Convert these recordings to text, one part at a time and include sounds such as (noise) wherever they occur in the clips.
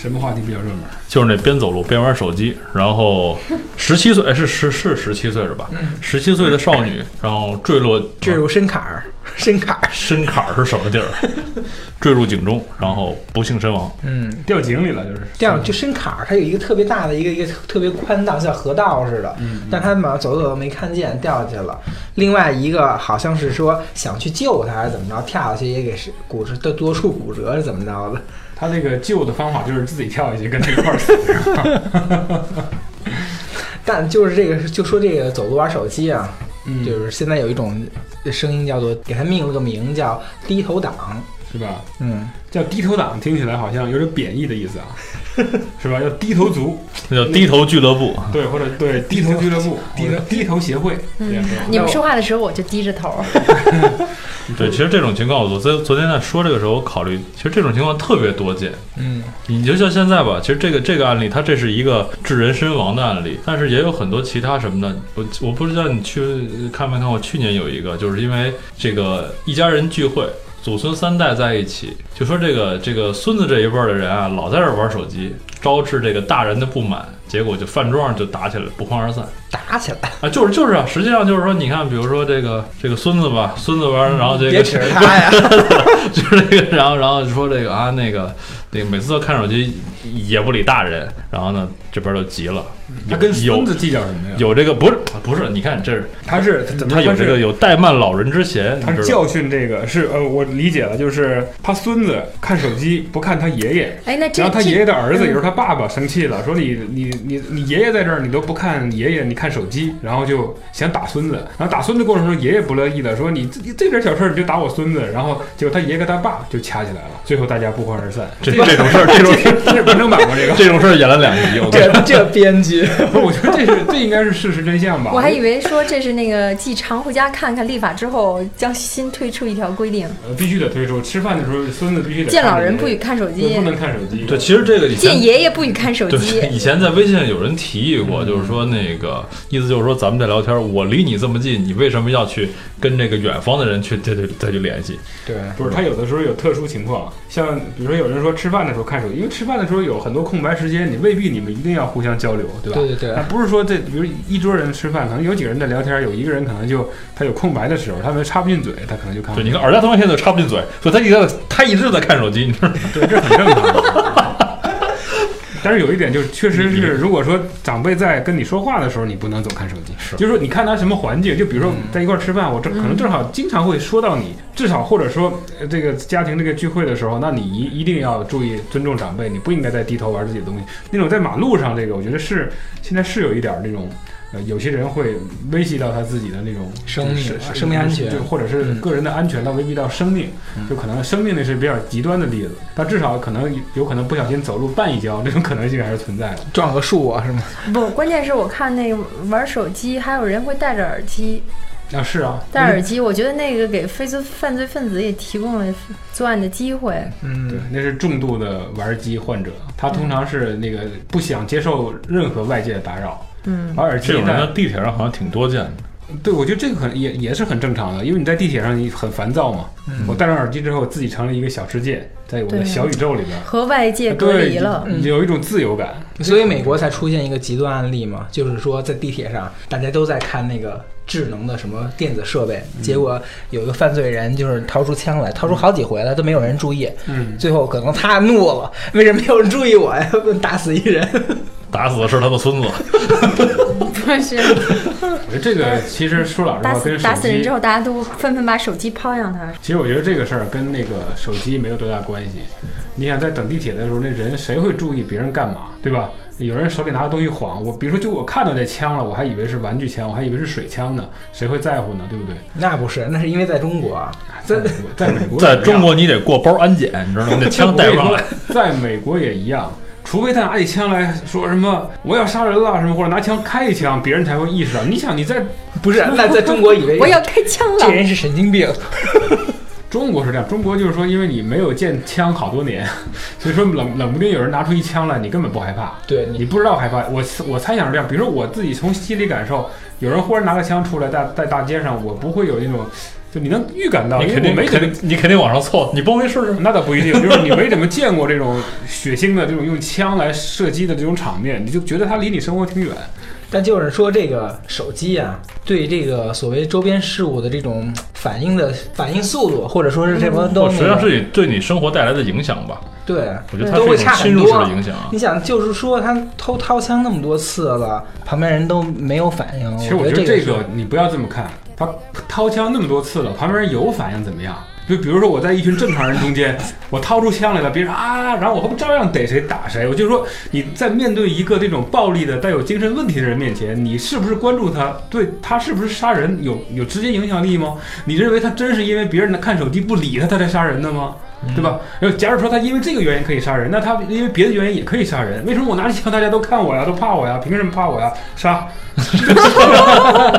什么话题比较热门？就是那边走路边玩手机，然后十七岁，哎，是是是十七岁是吧？十七岁的少女，然后坠落嗯坠入深坎儿，深坎儿。深坎儿是什么地儿？坠入井中，然后不幸身亡。嗯，掉井里了，就是这样就深坎儿，它有一个特别大的一个一个特别宽大，像河道似的。嗯但他马上走着走着没看见，掉下去了。另外一个好像是说想去救他还是怎么着，跳下去也给是骨折，多多处骨折是怎么着的？他这个救的方法就是自己跳下去跟他一块 (laughs) 儿死，是吧但就是这个，就说这个走路玩手机啊，嗯，就是现在有一种声音叫做给它命了个名叫低头党。是吧？嗯，叫低头党，听起来好像有点贬义的意思啊， (laughs) 是吧？叫低头 (laughs) 族，那叫低头俱乐部，对，或者对低头俱乐部、低头低头协会，这样嗯是吧，你们说话的时候我就低着头。对，其实这种情况，我昨昨天在说这个时候，我考虑，其实这种情况特别多见。嗯，你就像现在吧，其实这个这个案例，它这是一个致人身亡的案例，但是也有很多其他什么的。我我不知道你去看没看过，去年有一个，就是因为这个一家人聚会，祖孙三代在一起，就说这个这个孙子这一辈儿的人啊，老在这儿玩手机，招致这个大人的不满，结果就饭桌上就打起来，不欢而散。打起来，啊，就是就是啊，实际上就是说，你看，比如说这个这个孙子吧，孙子玩，然后这别个指着他呀。 (laughs) 就是这个，然后然后说这个啊，那个那个，每次都看手机也不理大人，然后呢这边就急了，他跟有孙子计较什么呀？有这个不是不是，你看这是他是他嗯怎么他说有他这个是有怠慢老人之嫌，他你是知道吗？教训这个是呃，我理解了，就是他孙子看手机不看他爷爷，哎，那这然后他这爷爷的儿子，嗯也就是他爸爸，生气了，说你你你你爷爷在这儿，你都不看爷爷，你看手机，然后就想打孙子。然后打孙子过程中，爷爷不乐意了，说你这这点小事儿你就打我孙子。然后结果他爷爷跟他爸就掐起来了，最后大家不欢而散。这这种事儿，这种 (laughs) 事这是完整版吗？这个儿，这种事儿演了两集，我跟你这这编剧，不是 (laughs) 我觉得这是这应该是事实真相吧。我还以为说这是那个继《常回家看看》立法之后，将新推出一条规定，呃必须得推出，吃饭的时候孙子必须得见看老着人爷不爷许看手对机不，能看手机。对，其实这个以前见爷爷不许看手 (laughs) 对，机。以前在微信上有人提议嗯过，就是说那个意思就是说咱们在聊天，我离你这么近，你为什么要去跟这个远方的人去再去再去联系？对，不是，他有的时候有特殊情况，像比如说有人说吃饭的时候看手机，因为吃饭的时候有很多空白时间，你未必你们一定要互相交流，对吧？对对对那不是说这，比如一桌人吃饭，可能有几个人在聊天，有一个人可能就他有空白的时候，他们插不进嘴，他可能就看。对，你看，尔家同学现在就插不进嘴，所以他一直在他一直在看手机，你知道吗？对，这很正常。 (laughs) 但是有一点就是，确嗯实你是，如果说长辈在跟你说话的时候，你不能总看手机。是就是说你看他什么环境，就比如嗯说在一块儿吃饭，我这可能正好经常会说到你，至少或者说呃这个家庭这个聚会的时候，那你一一定要注意尊重长辈，你不应该再低头玩自己的东西。那种在马路上这个，我觉得是现在是有一点儿那种。呃，有些人会危及到他自己的那种生命是是生命安全对，或者是嗯个人的安全，到危及到生命。就可能生命那是比较极端的例子，但至少可能有可能不小心走路绊一跤，这种可能性还是存在的。撞个树啊是吗？不，关键是我看那个玩手机，还有人会戴着耳机，啊，是啊，戴耳机，我觉得那个给非罪犯罪分子也提供了作案的机会。嗯，对，那是重度的玩机患者，他通常是那个不想接受任何外界的打扰，嗯，而耳机这种人在呢，地铁上好像挺多见的。对我觉得这个很也也是很正常的，因为你在地铁上你很烦躁嘛。我戴上耳机之后，自己成了一个小世界，在我的对小宇宙里边。和外界隔啊对嗯离了。，你有一种自由感。所以美国才出现一个极端案例嘛，就是说在地铁上大家都在看那个智能的什么电子设备，嗯结果有一个犯罪人就是掏出枪来，掏出好几回了都没有人注意，嗯，最后可能他怒了，为什么没有人注意我呀？ (laughs) 打死一人，打死的是他的孙子，不是 (laughs) 我觉得这个其实说老实打话，死跟打手死人机哎之后，大家都纷纷把手机抛向他。其实我觉得这个事儿跟那个手机没有多大关系。你想在等地铁的时候，那人谁会注意别人干嘛，对吧？有人手里拿着东西晃，我比如说就我看到这枪了，我还以为是玩具枪，我还以为是水枪呢，谁会在乎呢？对不对？那不是，那是因为在中国，啊在美国在美国在也一样中国你得过包安检，你知道吗？你 (laughs) 得枪带上来。，在美国也一样。除非他拿起枪来说什么“我要杀人了”什么，或者拿枪开一枪，别人才会意识到。你想，你在不是那在中国以 (laughs) 为我要开枪这了，人是神经病，中国是这样，中国就是说，因为你没有见枪好多年， (laughs) 所以说冷冷不丁有人拿出一枪来，你根本不害怕。对你你不知道害怕，我我猜想是这样。比如说我自己从心里感受，有人忽然拿个枪出来在在大街上，我不会有那种就你能预感到，你因肯为我定没肯怎么定你肯定往上凑，你帮一试试。那倒不一定，就是你没怎么见过这种血腥的、这种用枪来射击的这种场面，你就觉得它离你生活挺远。但就是说，这个手机啊，对这个所谓周边事物的这种反应的反应速度，或者说是这波都嗯我实际上是你对你生活带来的影响吧，对，我觉得它都是会一差种很侵入式的多。影响啊。你想，就是说他偷掏枪那么多次了，旁边人都没有反应。其实我我觉得这这个你不要这么看，他掏枪那么多次了，旁边人有反应怎么样？就比如说我在一群正常人中间，我掏出枪来了，别人啊，然后我还不照样逮谁打谁？我就说你在面对一个这种暴力的、带有精神问题的人面前，你是不是关注他对他是不是杀人有有直接影响力吗？你认为他真是因为别人看手机不理他他才杀人的吗？对吧？然后假如说他因为这个原因可以杀人，那他因为别的原因也可以杀人。为什么我拿着枪大家都看我呀，都怕我呀？凭什么怕我呀？杀！ (laughs) (laughs)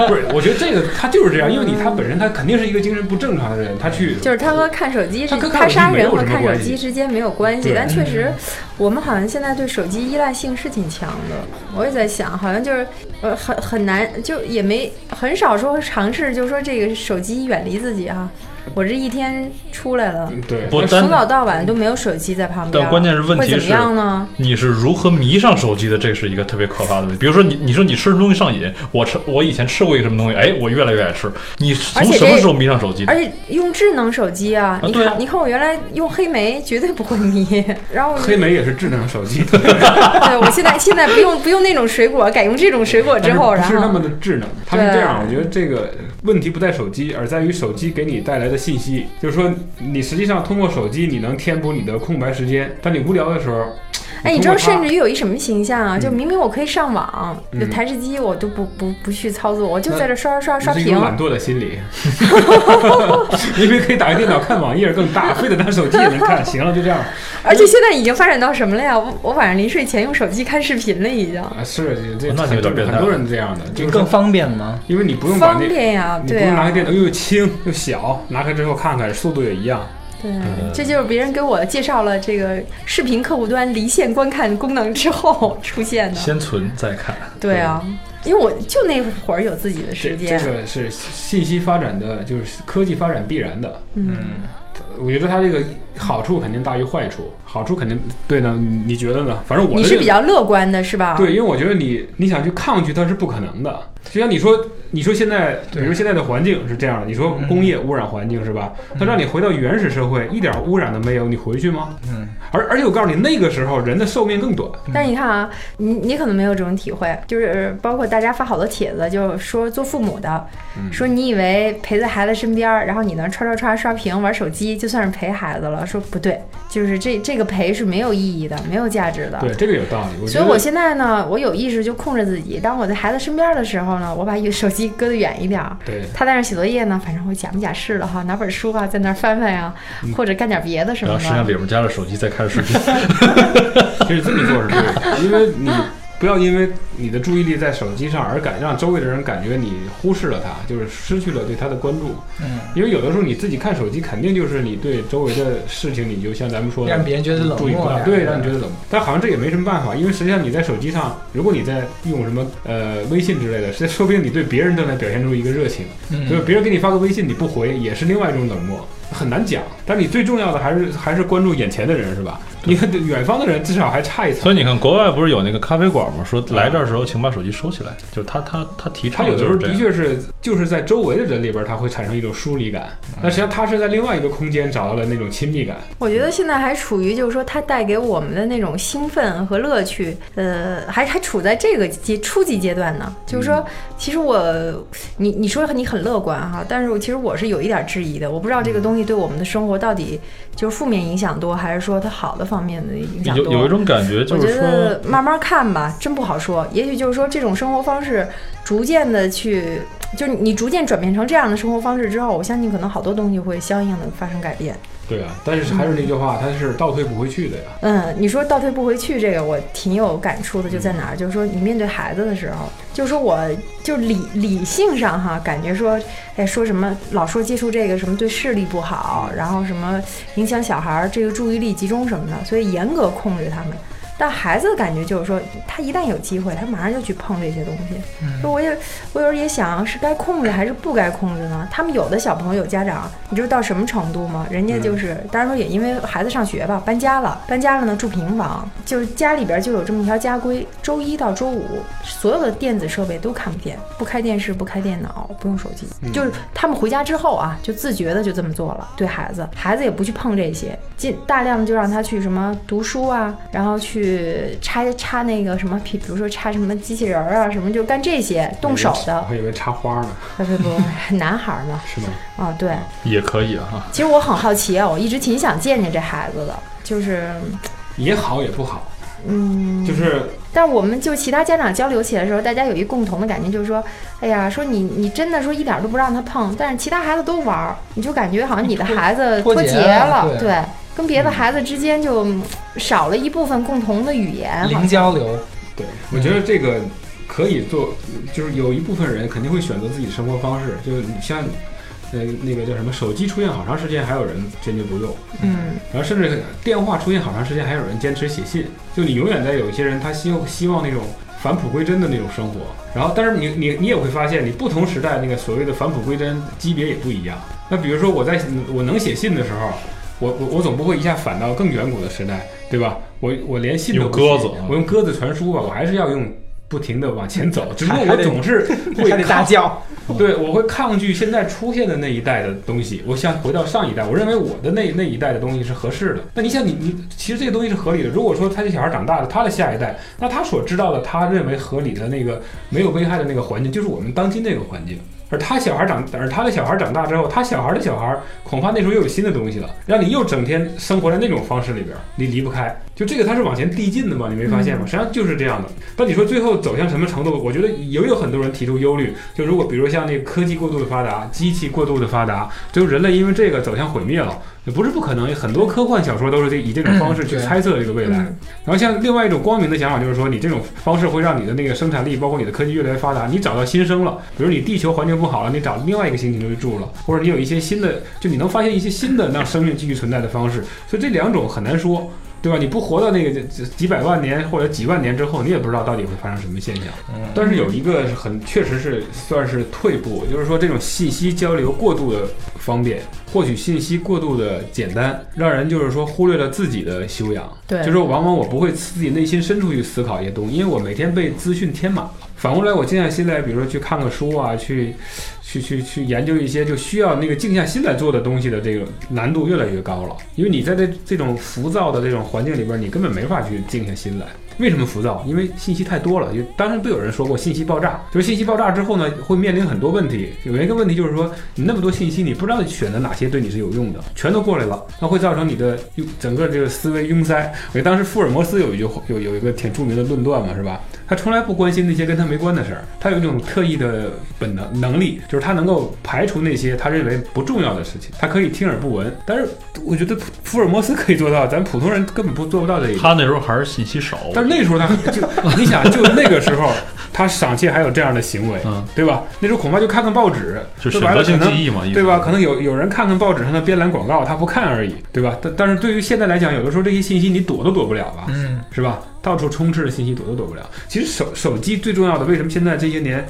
不是，我觉得这个他就是这样，因为你他本身他肯定是一个精神不正常的人，他去就是他和看手机是他跟看他手机杀没有人和什么看手关系机之间没有关系对，但确实，我们好像现在对手机依赖性是挺强的。我也在想，好像就是呃很很难，就也没很少说尝试，就说这个手机远离自己啊。我这一天出来了，嗯对不我但从早到晚都没有手机在旁边，啊但关键是问题是会怎么样呢？你是如何迷上手机的？这是一个特别可怕的问题。比如说你，你说你吃东西上瘾，我吃我以前吃过一个什么东西，哎，我越来越爱吃。你从而且什么这时候迷上手机的而？且用智能手机啊，啊你对看、啊你看我原来用黑莓绝对不会迷，然后我就黑莓也是智能手机，对我现在现在不用不用那种水果，改用这种水果之后， (laughs) 但然是不是那么后的智能，它是对这样。我觉得这个问题不在手机，而在于手机给你带来的信息。就是说，你实际上通过手机，你能填补你的空白时间。当你无聊的时候，哎，你你知通过道它甚至于有一什么形象啊？就嗯明明我可以上网，嗯就台式机我都不不不去操作，我就在这刷刷刷刷这是一屏种。懒惰的心理， (laughs) 因为可以打开电脑看网页更大，非得拿手机也能 (laughs) 看。行了，就这样而且现在已经发展到什么了呀？我我晚上临睡前用手机看视频了，已经啊，是这这哦那你有点变态很多人这样的，就是更说方便吗？因为你不用把方那便呀，你不对用拿啊开，电脑，又轻又小，拿开之后看看，速度也一样。对，呃这就是别人给我介绍了这个视频客户端离线观看功能之后 (laughs) 出现的。先存再看。对啊，因为我就那会儿有自己的这时这间，个是信息发展的，就是科技发展必然的。嗯，我觉得它这个好处肯定大于坏处，好处肯定对呢，你你觉得呢？反正我你的是认比较乐观的是啊吧？对，因为我觉得你你想去抗拒它是不可能的。就像你说，你说现在，比对嗯如现在的环境是这样的，你说工业污染环境是吧？它让你回到原始社会，一点污染都没有，你回去吗？嗯。而而且我告诉你，那个时候人的寿命更短。但是你看啊，你你可能没有这种体会，就是包括大家发好多帖子，就是说做父母的，嗯说你以为陪在孩子身边儿，然后你能刷刷刷刷屏玩手机，就算是陪孩子了，说不对，就是这这个陪是没有意义的，没有价值的。对，这个有道理。我所觉以，我得现在呢，我有意识就控制自己。当我在孩子身边儿的时候呢，我把手机搁得远一点儿。对，他在那儿写作业呢，反正我假模假式的哈，拿本书啊，在那儿翻翻呀、嗯或者干点别的什然后么的。实际上里面加了手机再看视频，其实这么做是对的，因为你不要因为你的注意力在手机上而感让周围的人感觉你忽视了他，就是失去了对他的关注。嗯，因为有的时候你自己看手机，肯定就是你对周围的事情，你就像咱们说的，让别人觉得冷注意不漠到呀，对，让你觉得冷漠。但好像这也没什么办法，因为实际上你在手机上，如果你在用什么呃微信之类的，实际说不定你对别人都能表现出一个热情，嗯就是别人给你发个微信你不回，也是另外一种冷漠，很难讲。但你最重要的还是还是关注眼前的人，是吧？你看远方的人至少还差一层。所以你看国外不是有那个咖啡馆吗？说来这儿的时候请把手机收起来，就是他他他提他倡有的时就候是这的样。确是，就是在周围的人里边，他会产生一种疏离感。但实际上，他是在另外一个空间找到了那种亲密感。我觉得现在还处于就是说，它带给我们的那种兴奋和乐趣，呃，还还处在这个阶初级阶段呢。就是嗯说，其实我，你你说你很乐观哈，但是我其实我是有一点质疑的，我不知道这个东西对我们的生活到底就是负面影响多，还是说它好的方面的影响有多。有一种感觉我就觉是说，得慢慢看吧，真不好说。也许就是说，这种生活方式逐渐的去，就是你逐渐转变成这样的生活方式之后，我相信可能好多东西会相应的发生改变。对啊，但是还是那句话，他是倒退不回去的呀。嗯，你说倒退不回去这个，我挺有感触的，就在哪儿？就是说，你面对孩子的时候，就是说我就理理性上哈，感觉说，哎，说什么老说接触这个什么对视力不好，然后什么影响小孩儿这个注意力集中什么的，所以严格控制他们。但孩子的感觉就是说，他一旦有机会，他马上就去碰这些东西。说我也，我有时候也想，是该控制还是不该控制呢？他们有的小朋友有家长，你知道到什么程度吗？人家就是，当然说也因为孩子上学吧，搬家了，搬家了呢住平房，就是家里边就有这么一条家规：周一到周五，所有的电子设备都看不见，不开电视，不开电脑，不用手机。就是他们回家之后啊，就自觉的就这么做了，对孩子，孩子也不去碰这些，尽大量的就让他去什么读书啊，然后去插插那个什么，比比如说插什么机器人儿啊，什么就干这些动手的我。 (laughs) 还以为插花呢，不不不，男孩儿嘛，是吗？啊、对，也可以啊。其实我很好奇啊，我一直挺想见见这孩子的，就是，也好也不好，嗯，就是但我们就其他家长交流起来的时候，大家有一共同的感觉，就是说，哎呀，说你你真的说一点都不让他碰，但是其他孩子都玩儿，你就感觉好像你的 (laughs) 孩子脱脱节节了了，对对，跟别的孩子之间就嗯少了一部分共同的语言，好零像交流，对，我觉得这个可以做，就是有一部分人肯定会选择自己的生活方式，就是你像。呃，那个叫什么？手机出现好长时间，还有人坚决不用，嗯，然后甚至电话出现好长时间，还有人坚持写信。就你永远在有一些人，他希希望那种返璞归真的那种生活。然后，但是你你你也会发现，你不同时代那个所谓的返璞归真级别也不一样。那比如说，我在我能写信的时候，我我我总不会一下反到更远古的时代，对吧？我我连信都不用鸽写子啊我用鸽子传书吧，我还是要用不停的往前走，只不过还我得总 (laughs) 是会还得大抗叫，对，我会抗拒现在出现的那一代的东西，我想回到上一代，我认为我的那那一代的东西是合适的。那你想你，你其实这个东西是合理的。如果说他这小孩长大了，他的下一代，那他所知道的，他认为合理的那个没有危害的那个环境，就是我们当今这个环境。而他小孩长，而他的小孩长大之后，他小孩的小孩恐怕那时候又有新的东西了，让你又整天生活在那种方式里边，你离不开。就这个它是往前递进的嘛，你没发现吗？实际上就是这样的。但你说最后走向什么程度，我觉得也有很多人提出忧虑，就如果比如像那个科技过度的发达，机器过度的发达，最后人类因为这个走向毁灭了，也不是不可能。很多科幻小说都是这以这种方式去对猜测这个未来。嗯然后像另外一种光明的想法，就是说你这种方式会让你的那个生产力，包括你的科技越来越发达，你找到新生了。比如你地球环境不好了，你找另外一个星球去住了，或者你有一些新的，就你能发现一些新的让生命继续存在的方式。所以这两种很难说。对吧？你不活到那个几几百万年或者几万年之后，你也不知道到底会发生什么现象。嗯但是有一个是很确实是算是退步，就是说这种信息交流过度的方便，获取信息过度的简单，让人就是说忽略了自己的修养。对就是往往我不会自己内心深处去思考一些东西，因为我每天被资讯填满了。反过来，我静下心来，比如说去看个书啊，去去去去研究一些就需要那个静下心来做的东西的这个难度越来越高了，因为你在这这种浮躁的这种环境里边，你根本没法去静下心来。为什么浮躁？因为信息太多了。就当然不有人说过信息爆炸，就是信息爆炸之后呢，会面临很多问题。有一个问题就是说，你那么多信息，你不知道选择哪些对你是有用的，全都过来了，那会造成你的拥整个这个思维拥塞。我觉得当时福尔摩斯有一句话有有一个挺著名的论断嘛，是吧？他从来不关心那些跟他没关的事儿，他有一种特异的本能能力，就是他能够排除那些他认为不重要的事情，他可以听而不闻。但是我觉得福尔摩斯可以做到，咱普通人根本不做不到这一点。他那时候还是信息少，但是那时候他就，你想，就那个时候，他赏析还有这样的行为，嗯对吧？那时候恐怕就看看报纸，就说白选择了可性能记忆嘛，意思对吧？可能有有人看看报纸上的编栏广告，他不看而已，对吧？但但是对于现在来讲，有的时候这些信息你躲都躲不了吧，嗯，是吧？到处充斥的信息躲都躲不了。其实手手机最重要的，为什么现在这些年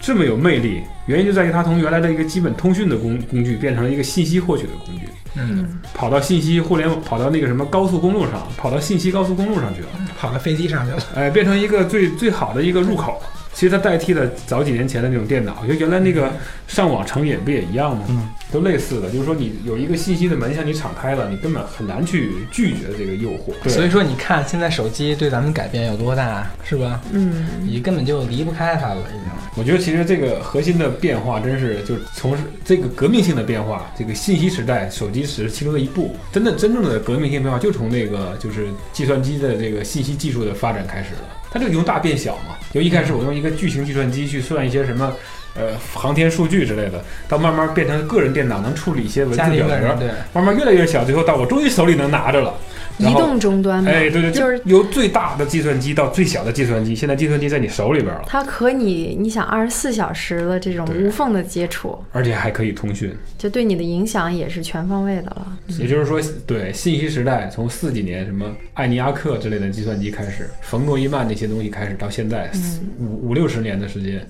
这么有魅力？原因就在于它从原来的一个基本通讯的工工具，变成了一个信息获取的工具。嗯，跑到信息互联网，跑到那个什么高速公路上，跑到信息高速公路上去了。跑到飞机上去了，呃，变成一个最最好的一个入口。其实它代替了早几年前的那种电脑，就原来那个上网成瘾不也一样吗？嗯，都类似的，就是说你有一个信息的门向你敞开了，你根本很难去拒绝这个诱惑。对，所以说你看现在手机对咱们改变有多大，是吧？嗯，你根本就离不开它了，已经。我觉得其实这个核心的变化，真是就是从这个革命性的变化，这个信息时代、手机时其中的一步。真的真正的革命性变化，就从那个就是计算机的这个信息技术的发展开始了。它就由大变小嘛，由一开始我用一个巨型计算机去算一些什么。呃，航天数据之类的，到慢慢变成个人电脑能处理一些文字家里表有个格人，对，慢慢越来越小，最后到我终于手里能拿着了。然移后动终端嘛，哎，对对，就是由最大的计算机到最小的计算机，现在计算机在你手里边了，它和你你想二十四小时的这种对无缝的接触，而且还可以通讯。就对你的影响也是全方位的了。也就是说，对信息时代，从四几年什么艾尼亚克之类的计算机开始，冯诺依曼那些东西开始，到现在四嗯五五六十年的时间，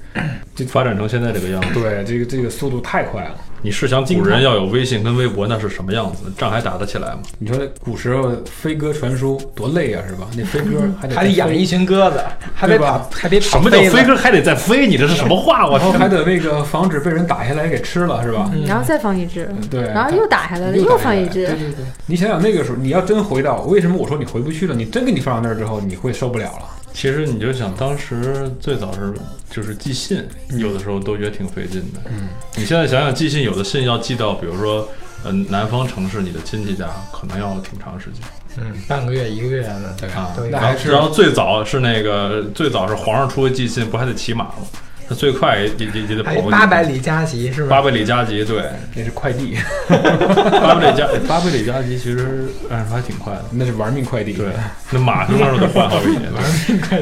发展成现在这个样子。对这个这个速度太快了。你试想经古常人要有微信跟微博，那是什么样子？仗还打得起来吗？你说古时候飞鸽传书多累啊，是吧？那飞鸽还得 (laughs) 还得养一群鸽子，还得对吧跑，还得跑什么叫飞鸽？鸽还得再飞？你这是什么话？我然后天！还得那个防止被人打下来给吃了，是吧？嗯然后再放一只，嗯对，然后又打下来了，又打又下来放一了只对，对对，你想想那个时候，你要真回到，为什么我说你回不去了？你真给你放到那儿之后，你会受不了了。其实你就想，当时最早是就是寄信，有的时候都觉得挺费劲的。嗯，你现在想想，寄信有的信要寄到，比如说，呃，南方城市你的亲戚家，可能要挺长时间嗯，半个月一个月的，对啊。都有那然还后，是然后最早是那个最早是皇上出去寄信，不还得骑马吗？他最快也也也也得跑还过去八百里加急是八百吧？里加急，对，那是快递， (laughs) 八百里加八百里加急，其实按说还挺快的。那是玩命快递。对，那马从那儿都得换好几年，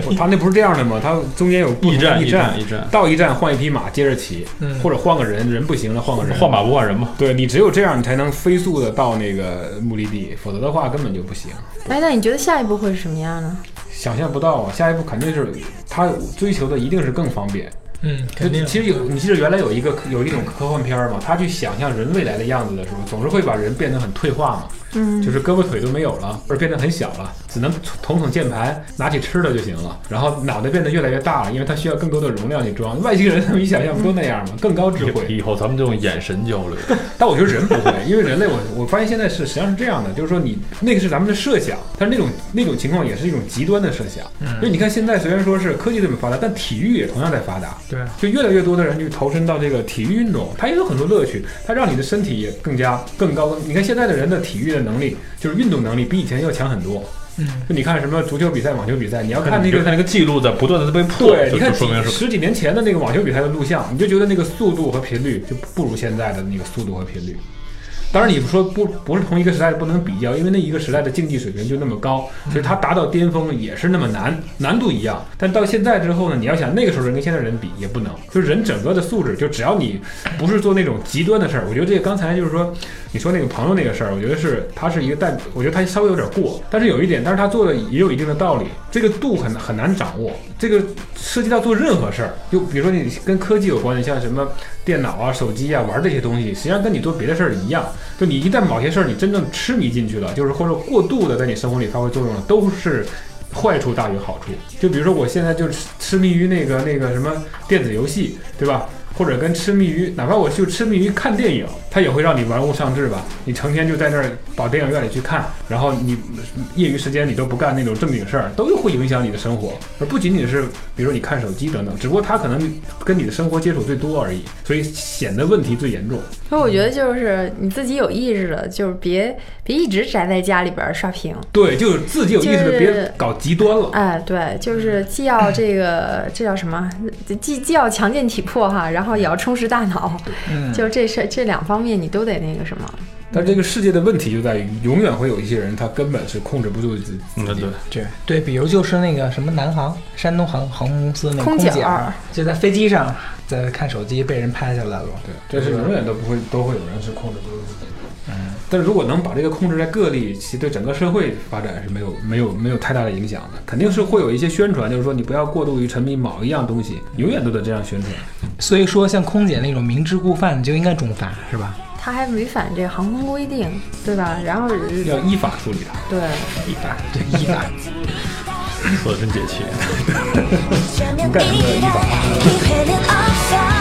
不他那不是这样的吗？他中间有不同驿的站驿驿站驿站，到驿站换一匹马，接着骑，嗯或者换个人，人不行了换个人，换。马不换人嘛。对你只有这样，你才能飞速的到那个目的地，否则的话根本就不行。哎，那你觉得下一步会是什么样呢？想象不到啊，下一步肯定是他追求的一定是更方便。嗯，就肯定。其实有，你记得原来有一个有一种科幻片儿嘛，他去想象人未来的样子的时候，总是会把人变得很退化嘛，嗯，就是胳膊腿都没有了，或者变得很小了，只能捅捅键盘，拿起吃的就行了。然后脑袋变得越来越大了，因为它需要更多的容量去装。外星人 (laughs) 他们一想象不都那样吗？更高智慧。以后咱们就用眼神交流，但我觉得人不会，因为人类我我发现现在是实际上是这样的，就是说你那个是咱们的设想，但是那种那种情况也是一种极端的设想。嗯因为你看现在虽然说是科技这么发达，但体育也同样在发达。对，就越来越多的人去投身到这个体育运动，它也有很多乐趣，它让你的身体也更加更高。你看现在的人的体育的能力，就是运动能力比以前要强很多。嗯，就你看什么足球比赛、网球比赛，你要看那你就个。看那个记录在不断的被破，对，就你看就几说明是十几年前的那个网球比赛的录像，你就觉得那个速度和频率就不如现在的那个速度和频率。当然，你说不不是同一个时代的不能比较，因为那一个时代的竞技水平就那么高，所以它达到巅峰也是那么难，难度一样。但到现在之后呢，你要想那个时候人跟现在人比也不能，就是人整个的素质，就只要你不是做那种极端的事儿，我觉得这个刚才就是说你说那个朋友那个事儿，我觉得是他是一个代，我觉得他稍微有点过，但是有一点，但是他做的也有一定的道理，这个度很很难掌握，这个涉及到做任何事儿，就比如说你跟科技有关的，像什么电脑啊、手机啊玩这些东西，实际上跟你做别的事儿一样，就你一旦某些事儿你真正痴迷进去了，就是或者过度的在你生活里发挥作用了，都是。坏处大于好处，就比如说我现在就是痴迷于那个那个什么电子游戏，对吧？或者跟痴迷于，哪怕我就痴迷于看电影，它也会让你玩物丧志吧？你成天就在那儿跑电影院里去看，然后你业余时间你都不干那种正经事儿，都会影响你的生活，而不仅仅是比如说你看手机等等，只不过它可能跟你的生活接触最多而已，所以显得问题最严重。所以我觉得就是你自己有意识了，就是别别一直宅在家里边儿刷屏。对，就是自己有意识就的，是别搞极端了。哎，对，就是既要这个，这叫什么？既既要强健体魄哈，然后也要充实大脑，嗯，就这事这两方面你都得那个什么。但这个世界的问题就在于，永远会有一些人他根本是控制不住自己。嗯对，对对，比如就是那个什么南航，山东航航空公司那个空姐姐儿儿，就在飞机上在看手机，被人拍下来了。对，这是永远都不会都会有人是控制不住自己的。嗯，但是如果能把这个控制在个例，其实对整个社会发展是没有没有没有太大的影响的。肯定是会有一些宣传，就是说你不要过度于沉迷某一样东西，永远都得这样宣传。所以说，像空姐那种明知故犯，你就应该重罚，是吧？他还违反这个航空规定，对吧？然后要依法处理它。对，一罚，对一罚。说的真解气。干什么依法？ keep heading outside.